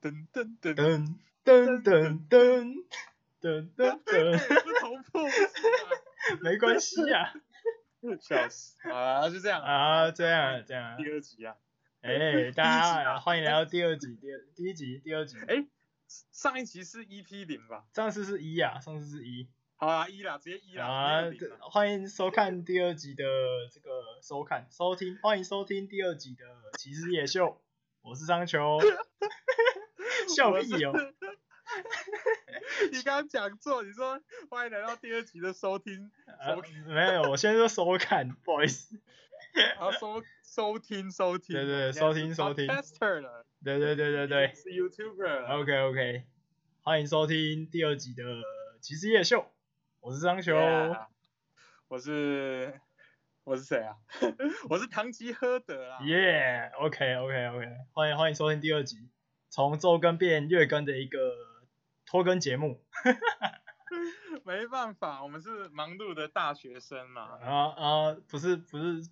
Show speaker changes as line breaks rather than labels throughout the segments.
噔噔噔，
噔噔噔噔噔噔噔，
不同步，
没关系啊
笑死！好啦，就这样啊，
啊，这样啊这样啊，
第二集啊，
哎，大
第一集
家
啊
欢迎来到第二集，第二第一集，第二集，
哎上一集是 EP 零吧？
上次是一啊，上次是一，
好啦，一啦，直接一啦，
啊，
没有零
这
啦
欢迎收看第二集的这个收看收听，欢迎收听第二集的《骑士野秀》，我是 张球，笑屁哦，
你刚刚讲错，你说欢迎来到第二集的收听，
呃没有，我先说收看，不好意思，
然后收收听收听，
对对
你现在是
收听收听
podcaster 了，
对对对对对
你是 YouTuber 了。
，OK OK，欢迎收听第二集的《骑士夜秀》，我是张球
Yeah，我是我是谁啊？ 我是唐吉诃德啊。
耶 o k OK OK，欢迎欢迎收听第二集，从周更变月更的一个拖更节目。
没办法，我们是忙碌的大学生嘛。
啊啊，不是不是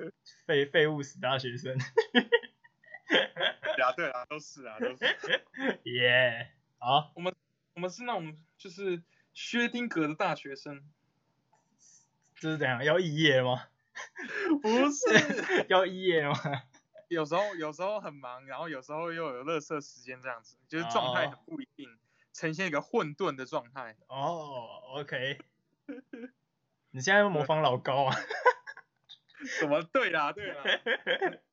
废废物死大学生，
对 啊，对啊，都是啊，都是。
耶、好，
我们是那种就是薛丁格的大学生，
这是怎样？要肄业吗？
不是。
要肄业吗？
有时候有时候很忙，然后有时候又有乐色时间这样子，就是状态很不一定，呈现一个混沌的状态。
哦、o k 你现在模仿老高啊？
什么？对啦，对 啦。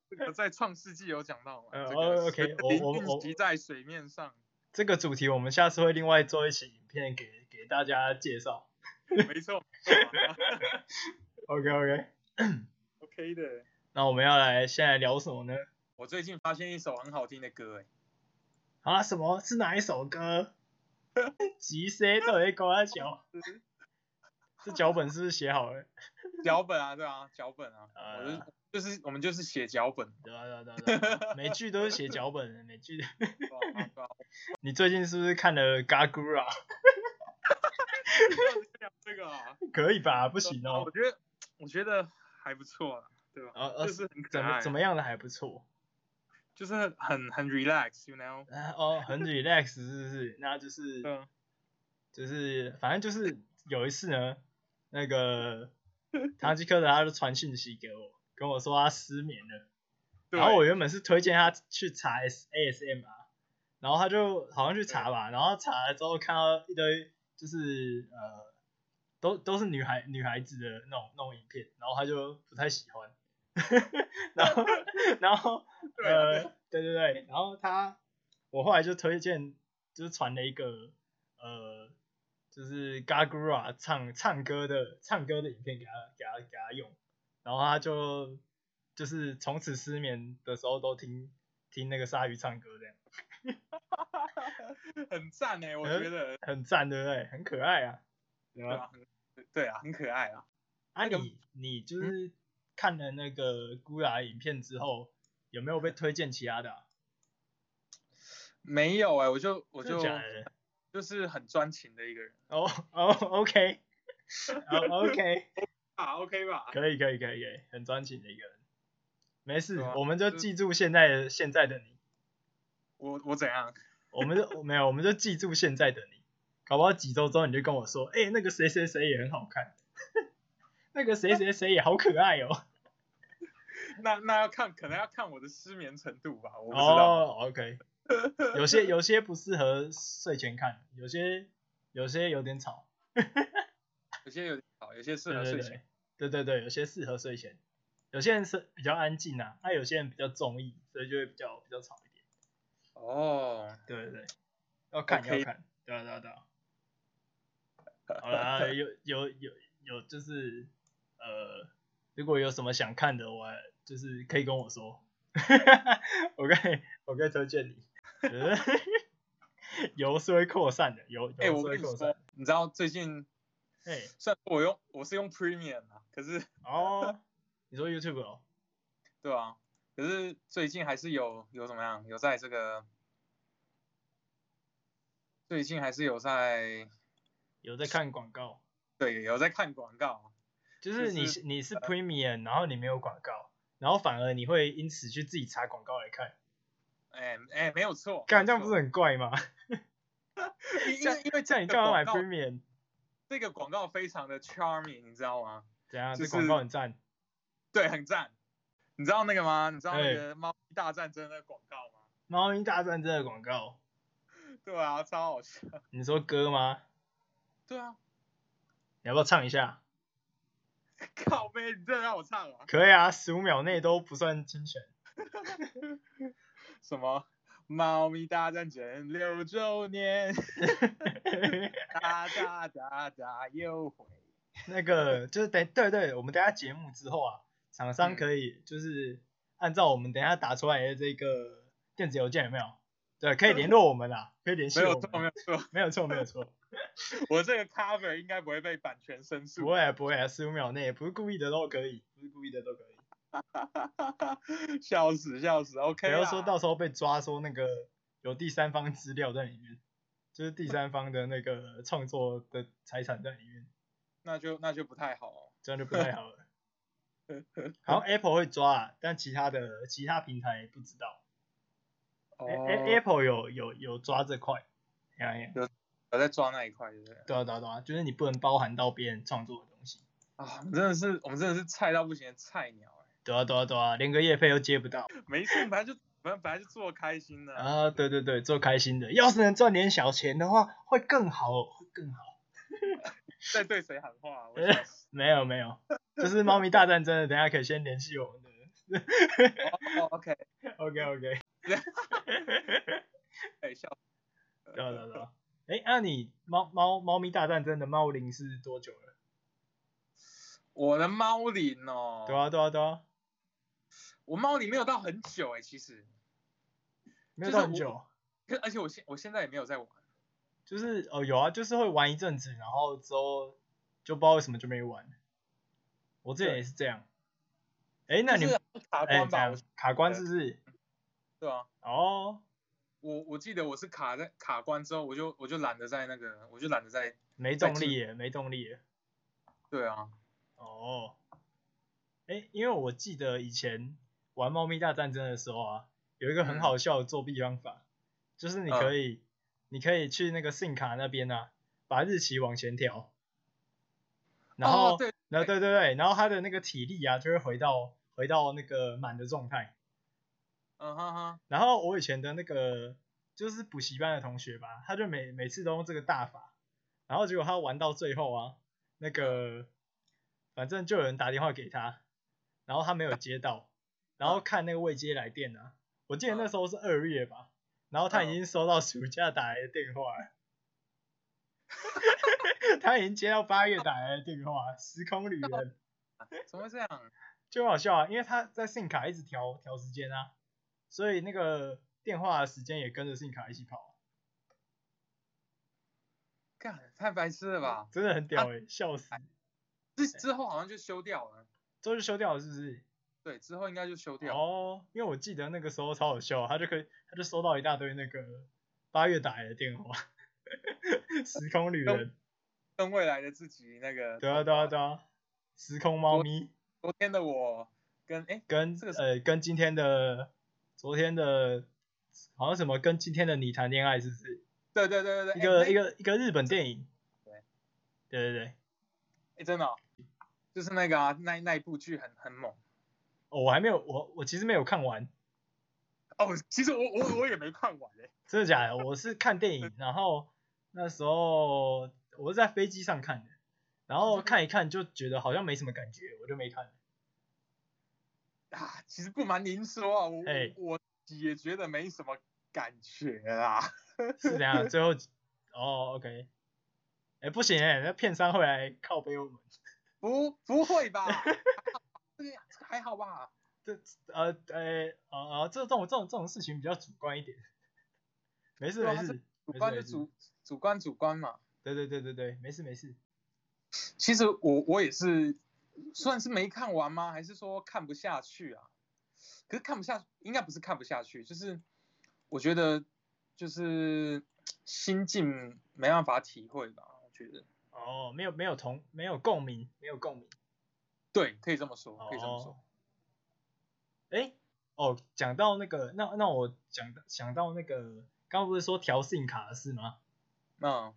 这个在《创世纪》有讲到嘛？
呃
这个
哦，OK，我 我
灵
我
运集在水面 上，
这个主题我们下次会另外做一期影片给给大家介绍。
没错。没错啊
OK OK，
OK 的。
那我们要来先来聊什么呢？
我最近发现一首很好听的歌，哎，
啊，什么是哪一首歌？ 吉 C 都会搞他脚，这脚本是不是写好了？
脚本啊，对啊，脚本啊，
呃
我就是就是我们就是写脚本，
对啊对啊对啊对啊，每句都是写脚本的，每句。
对吧、啊？对啊，
你最近是不是看了《Gagura》？
我就是讲这个啊，
可以吧？ 不行
我
哦。
觉得我觉得还不错啊，对吧？
呃呃
就，是很可
怎么
爱，
怎么样的还不错。
就是很很 relax，you know？
啊哦，很 relax 是不是？那就是
对啊，
就是反正就是有一次呢，那个 唐吉诃德他就传讯息给我，跟我说他失眠了。
对
然后我原本是推荐他去查 S ASMR，然后他就好像去查吧，然后查了之后看到一堆就是呃，都都是女孩女孩子的那种那种影片，然后他就不太喜欢， 然后然后
对啊
呃对对对，然后他我后来就推荐就是传了一个呃就是 Gagura 唱唱歌的唱歌的影片给他给他给他用，然后他就就是从此失眠的时候都听听那个鲨鱼唱歌这样，
很赞哎，我
嗯
觉得，
很赞对不对？很可爱啊，对
对
吧？
啊，
嗯
很对啊，很可爱啊。
啊
那个
你你就是看了那个孤雅影片之后，有没有被推荐其他的、啊？
没有哎、我就我
真
就
的假的？
就是很专情的一个人
哦哦，OK，哦 OK。
啊，OK 吧？
可以可以可以可以，很专情的一个人。没事，
对啊
我们就
就
记住现在的现在的你，
我我怎样？
我们就没有，我们就记住现在的你。搞不好几周之后你就跟我说，哎、那个谁谁谁也很好看， 那个谁谁谁也好可爱哦。
那那要看，可能要看我的失眠程度吧，我不知道。
哦，OK，有些有些不适合睡前看，有些有些有点吵。
有些有点好，有些适
对
合
对
睡
对
前。，
对对对，有些适合睡前，有些人是比较安静啊，那、有些人比较综艺，所以就会比较比较吵一点。
哦，
对对对，要看
OK
要看，对啊对啊 对啊。好啦，啊有有有有，就是呃，如果有什么想看的，我还就是可以跟我说， 我可以我可以推荐你。 油是会扩散的，油
哎、
油
我跟
是会
你
扩散
说。，你知道最近
哎、
虽然我用我是用 Premium 啊，可是
哦，你说 YouTube 哦？
对啊，可是最近还是有有怎么样，有在这个最近还是有在
有在看广告，
对有在看广告，
就是你
就是
你是 Premium，然后你没有广告，然后反而你会因此去自己查广告来看。
哎哎，没有错，
干这样不是很怪吗？
因因为因为
这样你
这
干嘛买
个广告
premium？
这个广告非常的 charming，你知道吗？
怎样？
就
这
是
广告很赞。
对，很赞。你知道那个吗？你知道那
哎
个《猫咪大战争》的广告吗？
猫咪大战争的广告，
对啊，超好笑。
你说歌吗？
对啊，
你要不要唱一下？
靠背，你真的让我唱啊？
可以啊，十五秒内都不算侵权。
什么？猫咪大战争六周 年，哒哒哒哒又回。
那个就是等对对，我们等一下节目之后啊，厂商
嗯
可以就是按照我们等一下打出来的这个电子邮件有没有？对，可以联络我们啦，可以联系
没
我
有错，没
们。
有错，
没有错，没有错，
我这个 cover 应该不会被版权申诉。
不会啊不会啊，十五秒内不是故意的都可以，不是故意的都可以。
笑死笑死
不
，OK 啦。
要说到时候被抓说那个有第三方资料在里面，就是第三方的那个创作的财产在里面，
那就那就不太好、哦。
这样就不太好了。好像 Apple 会抓啊，但其他的其他平台不知道。A-
哦
A- Apple 有有有抓这块，哎呀呀，
我在抓那一块，对不对？
对啊对啊对啊，就是你不能包含到别人创作的东西。
啊，我们真的是我们真的是菜到不行的菜鸟哎、
对啊对啊对啊，连个业配都接不到
没事，本来就本来本来就做开心的、
啊！对对对，做开心的，要是能赚点小钱的话，会更好，会更好。
在对谁喊话？我笑死
没有没有，就是猫咪大战真的，等一下可以先联系我们的。
哦，OK，
OK OK，
哎、笑死。
对啊对啊对啊。哎，那、你猫猫猫咪大战争的猫龄是多久了？
我的猫龄哦，
对啊对啊对啊，
我猫龄没有到很久哎、其实，
没
就
有
是
到很
我
久，
可而且我现我现在也没有在玩，
就是、哦有啊，就是会玩一阵子，然后之后就不知道为什么就没玩。我之前也是这样。哎，那你
就是卡
哎
关
这
吧，
样
我
卡关是不是？
对啊，
哦，
我我记得我是卡在卡关之后，我就我就懒得在那个，我就懒得在，
没
再
动
进
力耶，没动力耶。
对啊，
哦，哎，因为我记得以前玩《猫咪大战争》的时候啊，有一个很
嗯
好笑的作弊方法，就是你可
嗯
以，你可以去那个信卡那边啊，把日期往前调，然后，
哦对
然后对对对，然后它的那个体力啊，就会回到回到那个满的状态。
嗯哈哈，
然后我以前的那个就是补习班的同学吧，他就每每次都用这个大法，然后结果他玩到最后啊，那个反正就有人打电话给他，然后他没有接到，然后看那个未接来电啊，我记得那时候是二月吧，然后他已经收到暑假打来的电话了。 他已经接到八月打来的电话，时空旅人
怎么会这样？
就很好笑啊，因为他在 SIM 卡一直调调时间啊，所以那个电话的时间也跟着 SIM 卡一起跑啊，
干，太白痴了吧？
真的很
啊
屌哎、笑死！嗯
之之后好像就修掉了，
之后就修掉了是不是？
对，啊之后应该就修掉。
哦，因为我记得那个时候超好笑，啊他就可以他就收到一大堆那个八月打来的电话， 时空旅人，
跟未来的自己那个。
对啊对啊对啊，时空猫咪
昨天的我跟哎、
跟
这个是
呃跟今天的昨天的。好像什么跟今天的你谈恋爱是不是？
对对对对对，
一
哎
个
那
一个一个日本电影，
对
对对对，
哎真的哦、就是那个啊，那那一部剧很很猛。
哦，我还没有，我我其实没有看完，
哦，其实我我我也没看完哎、
真的假的？我是看电影，然后那时候我是在飞机上看的，然后看一看就觉得好像没什么感觉，我就没看了。
啊，其实不瞒您说啊，我、
哎
我也觉得没什么感觉啊。
是怎样？最后哦，OK，哎、不行哎、那片商会来靠背我们，
不不会吧？还好吧这个这个还好吧？
这呃呃呃呃，这种这种这种事情比较主观一点，没事
对啊
没
这
事，
主
没事
观
没
就
事
主主观主观嘛。
对对对对对，没事没事。
其实我我也是算是没看完吗？还是说看不下去啊？可是看不下，应该不是看不下去，就是我觉得就是心境没办法体会吧。我觉得
哦，没有没有同没有共鸣，没有共鸣。
对，可以这么说，可以这么说。
哦。哎、哦，讲到那个，那那我讲想到那个，刚刚不是说调 SIM 卡的事吗？哦
嗯，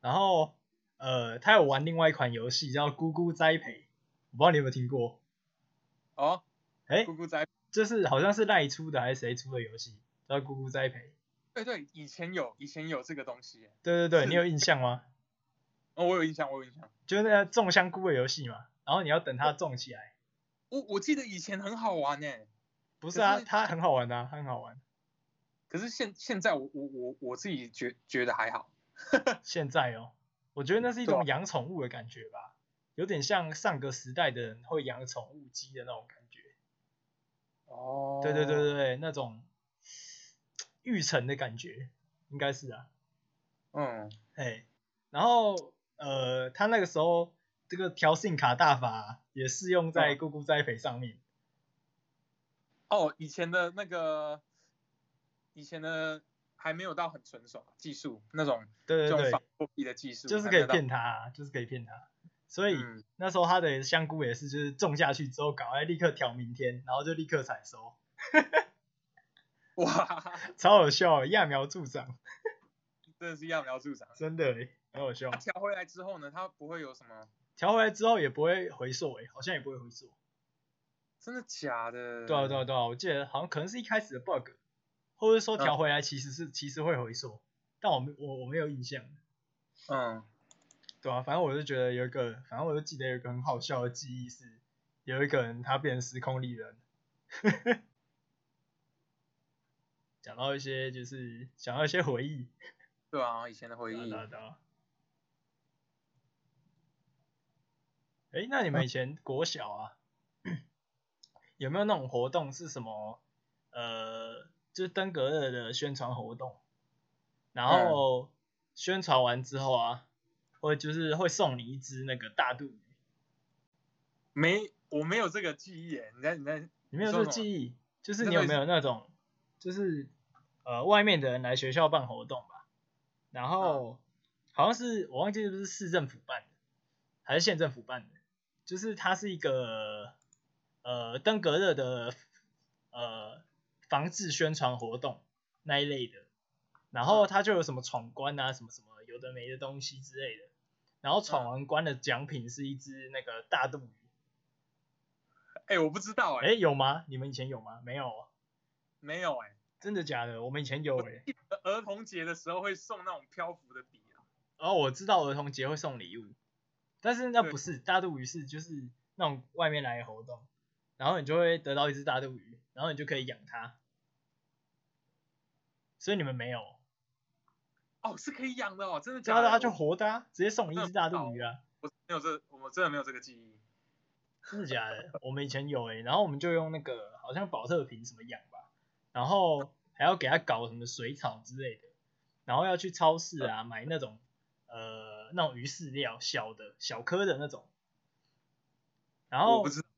然后呃，他有玩另外一款游戏叫《咕咕栽培》，我不知道你有没有听过？
哦，
哎，
咕咕仔，
这是好像是赖出的还是谁出的游戏？叫《咕咕栽培》。
对哎对，以前有，以前有这个东西，
对对对，
是
你有印象吗？
哦，我有印象，我有印象，
就是那个种香菇的游戏嘛，然后你要等它种起来。
我我记得以前很好玩呢，
不是啊，
可是
它很好玩啊，它很好玩。
可是现现在我我我我自己觉觉得还好，
现在哦，我觉得那是一
对
种
啊
养宠物的感觉吧，有点像上个时代的人会养宠物鸡的那种感觉。
哦
对对对对，对，那种育成的感觉，应该是啊，
嗯，
哎，然后呃，他那个时候这个调性卡大法、也适用在
嗯
咕咕栽培上面。
哦，以前的那个，以前的还没有到很纯熟技术那种，
对
这种
对对
防，作弊的技术
就是
还
可
没
以
有到
骗他啊、就是可以骗他。所以、
嗯
那时候他的香菇也是，就是种下去之后，赶快立刻调明天，然后就立刻采收，
哇，
超有效的，揠苗助长，
真的是揠苗助长。
真的欸很有效
它。调回来之后呢，它不会有什么，
调回来之后也不会回溯欸诶，好像也不会回溯。
真的假的？
对啊对啊对啊，我记得好像可能是一开始的 bug，或者说调回来其实是、其实会回溯，但我没我我没有印象。
嗯，
对啊，反正我就觉得有一个，反正我就记得有一个很好笑的记忆是，有一个人他变成时空里人， 讲到一些就是讲到一些回忆，
对啊，以前的回
对啊
忆
对。啊对啊。哎，那你们以前国小啊， 有没有那种活动是什么？呃，就是登革热的宣传活动，然后宣传完之后啊，会就是会送你一只那个大肚鱼，
没，我没有这个记忆耶。你在你在，
你没有
你
这
说
个
什么
记忆，就是
那
你有
个
没有那种，就是呃外面的人来学校办活动吧，然
嗯
后、好像是我忘记是不是市政府办的，还是县政府办的，就是它是一个呃登革热的呃防治宣传活动那一类的，
嗯
然后它就有什么闯关啊什么什么有的没的东西之类的，然后
嗯
闯完关的奖品是一只那个大肚鱼，
哎，我不知道
哎、
哎，
有吗？你们以前有吗？没有哦。
没有哎。
真的假的？我们以前有
我
诶、欸。
记得儿童节的时候会送那种漂浮的笔啊。
哦，我知道儿童节会送礼物，但是那
对
不是大肚鱼，是就是那种外面来的活动，然后你就会得到一只大肚鱼，然后你就可以养它。所以你们没有，
哦，是可以养的哦，真的
这
假
样
的？
它就
我
活的、啊，直接送你一只大肚鱼啊！
我没有这，我真的没有这个记忆。
真的假的？我们以前有诶、欸然后我们就用那个好像保特瓶什么养吧，然后还要给它搞什么水草之类的，然后要去超市啊买那种呃那种鱼饲料小的小颗的那种，然
我
后
不知道。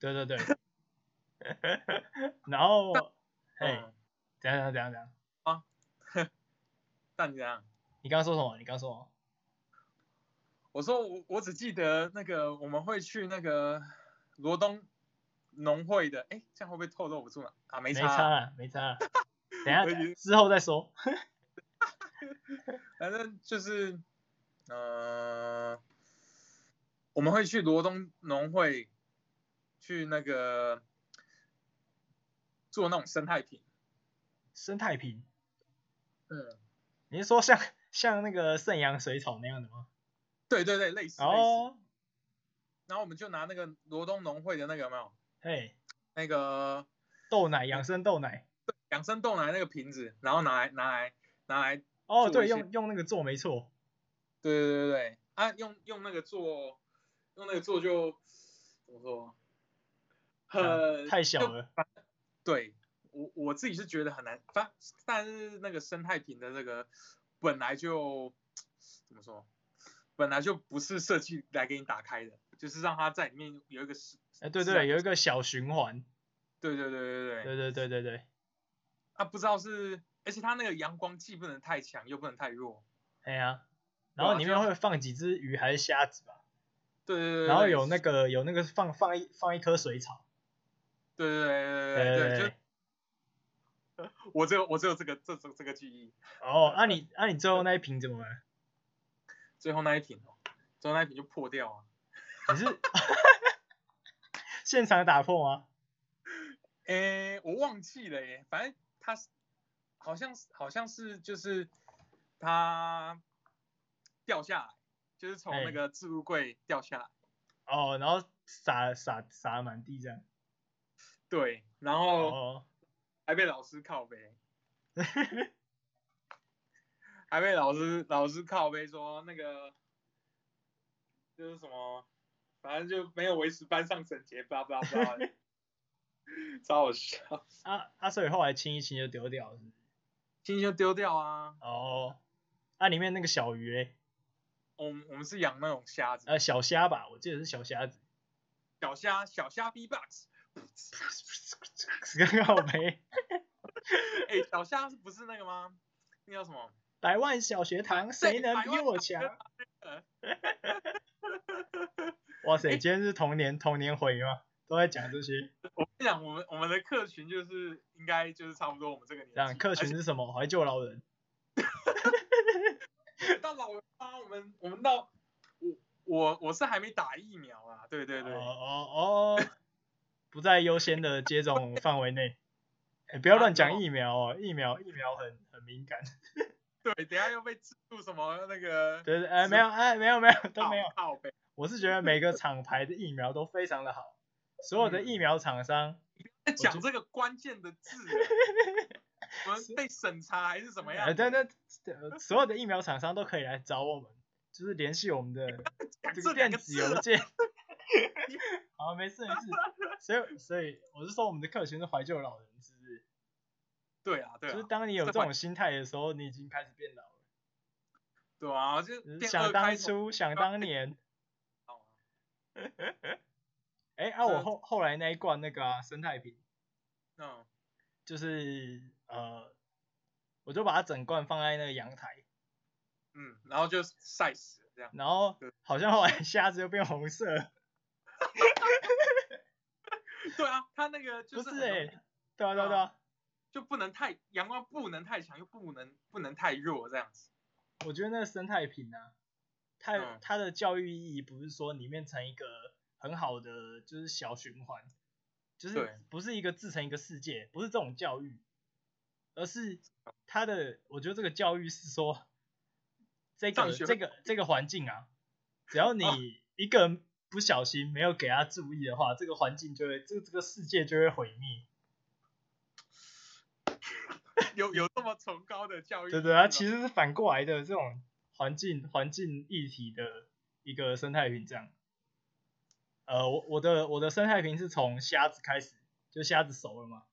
对对对， 然后哎
嗯，
怎样怎样怎样怎样？
那你怎样？
你刚刚说什么？你刚刚说什么？
我说我我只记得那个我们会去那个罗东农会的，哎，这样会不会透露不住呢？啊？没
没
差啊，
差啦，没差 啦。等一下
我以
等一下
为
之后再说。
反正就是，呃，我们会去罗东农会去那个做那种生态瓶，
生态瓶，
嗯，
你是说像像那个圣阳水草那样的吗？
对对对，类似类似。
哦，
然后我们就拿那个罗东农会的那个有没有
嘿，
那个
豆奶养生豆奶。
养生豆奶那个瓶子，然后拿来拿来拿来，
哦，
做
对，
一些
用用那个做没错，
对对对对，啊，用用那个做，用那个做就怎么说，
啊
很
太小
就
了。
对我我自己是觉得很难，反但是那个生态瓶的这个本来就怎么说，本来就不是设计来给你打开的，就是让它在里面有一个是，
哎，对
是
对，
啊
有一个小循环。
对对对对对
对对对对对，
啊，不知道是，而且它那个阳光既不能太强，又不能太弱，
哎呀，
对
然后
啊
里
就
面
要
会放几只鱼还是虾子吧，
对对对对，
然后
对
有那个有那个放放一放一颗水草。
对对对对
对
对对，就
对，
我只有我只有这个这这这个记忆。
哦，那、你那、你最后那一瓶怎么了？
最后那一瓶哦，最后那一瓶就破掉啊！
你是 现场打破吗？
诶，我忘记了耶，反正他是好像是好像是就是他掉下来，就是从那
哎
个置物柜掉下来，
哦，然后撒撒撒满地这样。
对，然后
哦，
还被老师靠背，还被老师老师靠背说那个就是什么，反正就没有维持班上整洁，叭叭叭 的，超好笑，
啊啊，所以后来清一清就丢掉了是不是
今天就丢掉啊，
哦，啊，里面那个小鱼嘞，
我们我们是养那种虾子，
呃，小虾吧，我记得是小虾子，
小虾小虾 B box，
刚好没
哎、小虾是不是那个吗？那叫什么？
百万小学堂，谁能
百
比
万
我
小
强？ 哇
哎
塞，今天是童年童年回忆吗？都在讲这 些，
我跟你讲，我们我们的客群就是应该就是差不多我们这个
这样
年纪，
客群是什么？怀旧老人。
而且到老人啊，我们我们到我我我是还没打疫苗啊，对对对，
哦哦哦，不在优先的接 种范围内。哎、不要乱
啊
讲疫苗哦，疫苗疫苗很很敏感。
对，等一下又被制度什么那个
对对，哎、没有哎、没有没有都没有。
靠背，
我是觉得每个厂牌的疫苗都非常的好，所有的疫苗厂商
在
觉
讲这个关键的字 啊，我们被审查还是怎么样
呃，？对对，呃所有的疫苗厂商都可以来找我们，就是联系我们的
讲
这
这
个
两
电
个
子
字
邮
啊，
件。好，没事没事。所以所以我是说，我们的客群是怀旧老人，是不是？
对啊对
就是
啊，
当你有
是
这
怀
种心态的时候，你已经开始变老了。
对啊，就
嗯
变
想
二
当
开头
初，想
要
当
配
年。
好啊
哎、啊，
那
我后后来那一罐那个啊、生态瓶，
嗯
就是呃，我就把它整罐放在那个阳台，
嗯，然后就晒死了这样。
然后
对
好像后来 虾子又变红色了，
对啊，它那个就
不
是
是
很
哎、
容易
对啊对啊对
啊
啊，
就不能太阳光不能太强，又不能不能太弱这样子。
我觉得那个生态瓶啊，它、
嗯
它的教育意义不是说里面成一个很好的就是小循环，就是
对
不是一个自成一个世界，不是这种教育，而是它的，我觉得这个教育是说，这
上
个
学
这个这个环境啊，只要你一个人不小心没有给他注意的话，这个环境就会这这个世界就会毁灭。
有有这么崇高的教育意义
对
吗？
对，它其实是反过来的这种环境环境议题的一个生态瓶这样。呃，我我的我的生态瓶是从虾子开始，就虾子熟了嘛，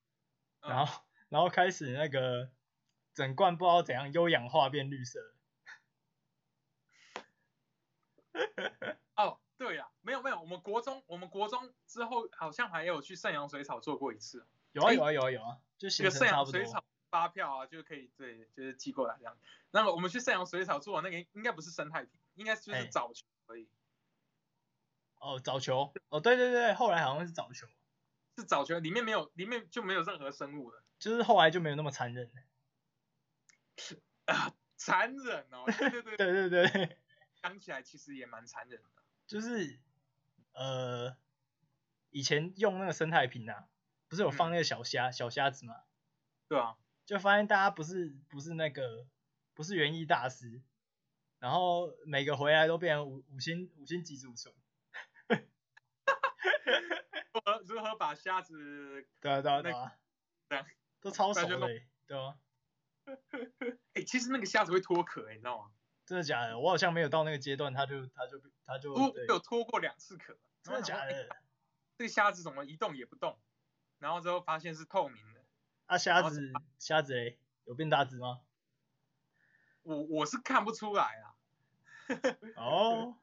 嗯
然后然后开始那个整罐不知道怎样优氧化变绿色，
哦，对呀、没有没有，我们国中我们国中之后好像还有去盛阳水草做过一次，
有啊
哎
有啊有啊有啊，就
这
形
个
成
盛
差
阳
不多
水。草发票啊就可以对，就是寄过来这样。那么我们去盛阳水草做的那个应该不是生态瓶，应该就
哎
是早球而已，
哦，早球，哦对对对，后来好像是早球，
是早球，里面没有里面就没有任何生物了
就是后来就没有那么残忍了。
啊，残忍哦，对对对，
对对对，
想起来其实也蛮残忍的。
就是呃，以前用那个生态瓶啊，不是有
嗯
放那个小虾、小虾子嘛，
对啊，
就发现大家不是不是那个不是园艺大师，然后每个回来都变成五五星五星级主厨。
如何如何把虾子
对啊对啊
那
对啊，
对啊
都超
不
熟
然就
的、
弄
欸，对啊，
哎、其实那个虾子会脱壳、欸，你知道吗？
真的假的？我好像没有到那个阶段，他就他就他就
我
哦对
哦我有脱过两次壳，
真的假
然后想说？欸
的？
这个虾子怎么一动也不动？然后之后发现是透明的，
啊虾
后怎
子虾子嘞，有变大只 吗？
我我是看不出来啊。
哦，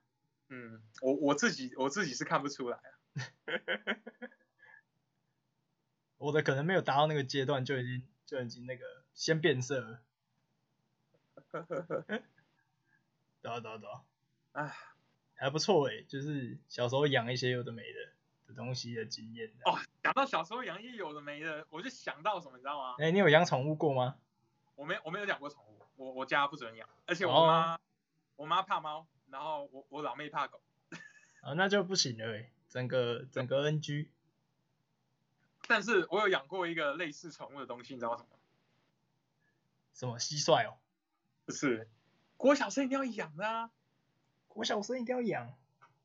嗯，我我自己我自己是看不出来啊。
我的可能没有达到那个阶段，就已经就已经那个先变 色了。对啊对啊对啊，啊
唉，
欸还不错诶、就是小时候养一些有的没的，的东西的经验。
哦讲到小时候养一些有的没的，我就想到什么，你知道吗？
哎、你有养宠物过吗？
我没我没有养过宠物，我我家不准养，而且我
哦
妈、我妈怕猫，然后我我老妹怕狗，
啊，那就不行了、欸，整个整个 NG。
但是我有养过一个类似宠物的东西，你知道吗什么？
什么蟋蟀哦？
不是，郭小生一定要养的啊。
我小时候一定要养。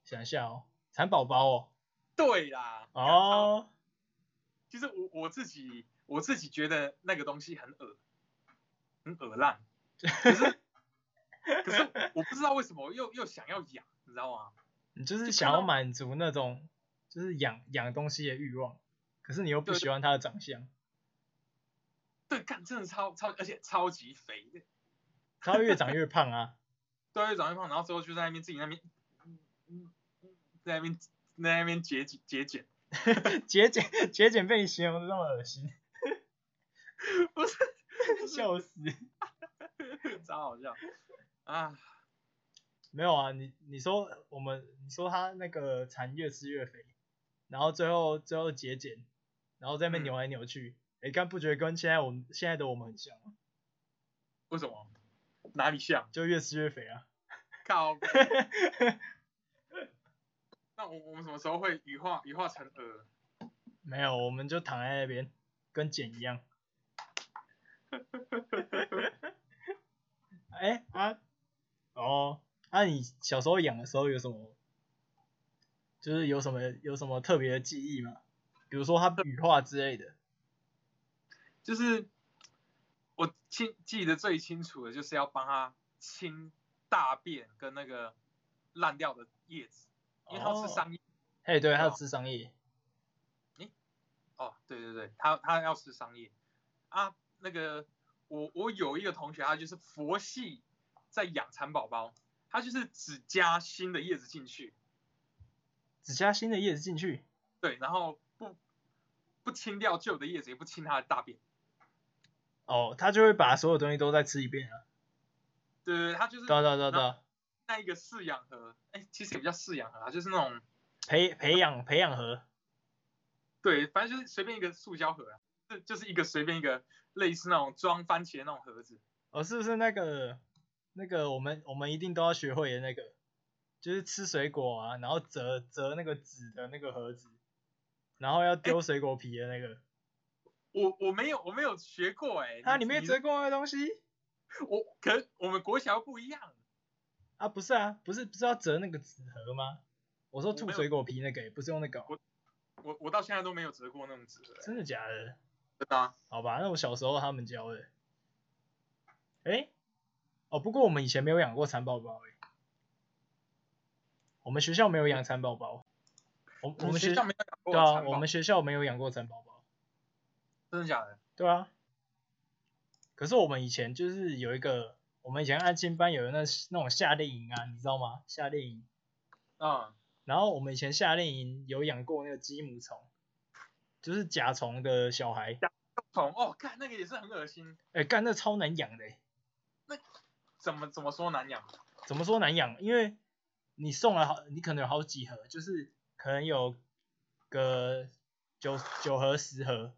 想一下哦，蚕宝宝哦。
对啦，干超
哦，
其实我我自己我自己觉得那个东西很恶，很恶烂，可是我不知道为什么又又想要养，你知道吗？
你就是
就
想
看
要
到
满足那种就是养养东西的欲望，可是你又不
对
喜欢它的长相，
对，干真的超超，而且超级肥的，
它会越长越胖啊。
对，越长越胖，然后之后就在那边自己那边，嗯嗯嗯在那边在那边节俭节俭，
节俭节俭被你形容的那么恶心，
不是
笑死。
超好笑啊！
没有啊，你你说我们你说它那个蚕越吃越肥，然后最后最后节俭，然后在那边
嗯
扭来扭去，哎、干不觉得跟现在我们现在的我们很像吗？
为什么？哪里像？
就越吃越肥啊。
靠！那我我们什么时候会羽化羽化成蛾？
没有，我们就躺在那边，跟茧一样。哎、啊，哦，啊，你小时候养的时候有什么，就是有什么有什么特别的记忆吗？比如说它羽化之类的。
就是我清记得最清楚的就是要帮它清大便跟那个烂掉的叶子，因为它要吃桑叶。
哎，对，它有吃桑叶。
哦，对对对，他他要吃桑叶啊。那个我我有一个同学，他就是佛系在养蚕宝宝，他就是只加新的叶子进去，
只加新的叶子进去，
对，然后不不清掉旧的叶子，也不清它的大便。
哦，它就会把所有东西都再吃一遍啊。
对对对，他就是
对啊对啊对啊对啊，
那一个饲养盒，哎，其实也不叫饲养盒啊，就是那种
培培养培养盒，
对，反正就是随便一个塑胶盒啊，这就是一个随便一个类似那种装番茄那种盒子。
哦，是不是那个那个我们我们一定都要学会的那个，就是吃水果啊，然后折折那个纸的那个盒子，然后要
哎
丢水果皮的那个，
我我没有我没有学过哎、
它、里面
你
折过来的东西
我可我们国小不一样，
啊，不是啊，不是不是要折那个纸盒吗？我说
我
吐
没有
水果皮那个、不是用那个哦、
我我我到现在都没有折过那种纸了、
真的假的？
真的啊？
好吧，那我小时候他们教的。哎、哦，不过我们以前没有养过蚕宝宝哎，我们学校没有养蚕宝宝，我我
你
们
学校没有养过
对啊，
蚕宝
我们学校没有养过蚕宝宝。
真的假的？
对啊。可是我们以前就是有一个，我们以前安亲班有那那种夏令营啊，你知道吗？夏令营。
嗯，
然后我们以前夏令营有养过那个鸡母虫，就是甲虫的小孩。
虫哦，看那个也是很恶心，
哎，干那超难养的欸，
怎么怎么说难养？
怎么说难养？因为你送了好，你可能有好几盒，就是可能有个九九盒十盒，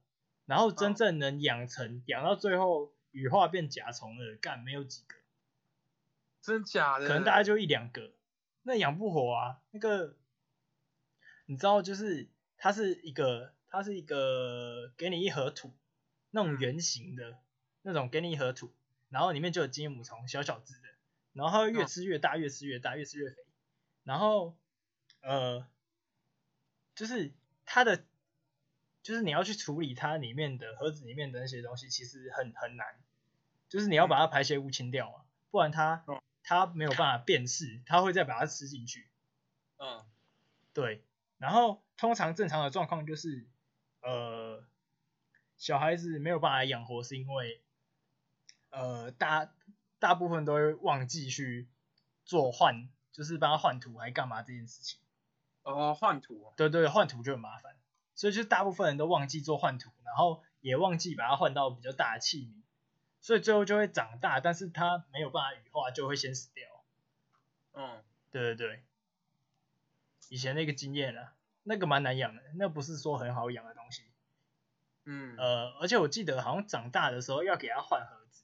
然后真
嗯
正能养成养到最后羽化变甲虫的，干没有几个。
真假的？
可能大概就一两个，那养不活啊。那个你知道，就是它是一个，它是一个给你一盒土，那种
嗯
圆形的那种给你一盒土，然后里面就有金母虫，小小只的，然后它会越
嗯
吃越大，越吃越大，越吃越肥，然后呃，就是它的。就是你要去处理它里面的盒子里面的那些东西，其实很很难，就是
嗯
你要把它排泄物清掉嘛，不然它
哦
它没有办法辨识，它会再把它吃进去。
嗯
对，然后通常正常的状况就是，呃，小孩子没有办法养活，是因为，呃，大大部分都会忘记去做换，就是帮他换土还干嘛这件事情。
哦，换土哦
对对，换土就很麻烦，所以就是大部分人都忘记做换土，然后也忘记把它换到比较大的器皿，所以最后就会长大，但是它没有办法羽化，就会先死掉。
嗯，
对对对，以前那个经验啊，那个蛮难养的，那不是说很好养的东西。
嗯，
呃，而且我记得好像长大的时候要给它换盒子，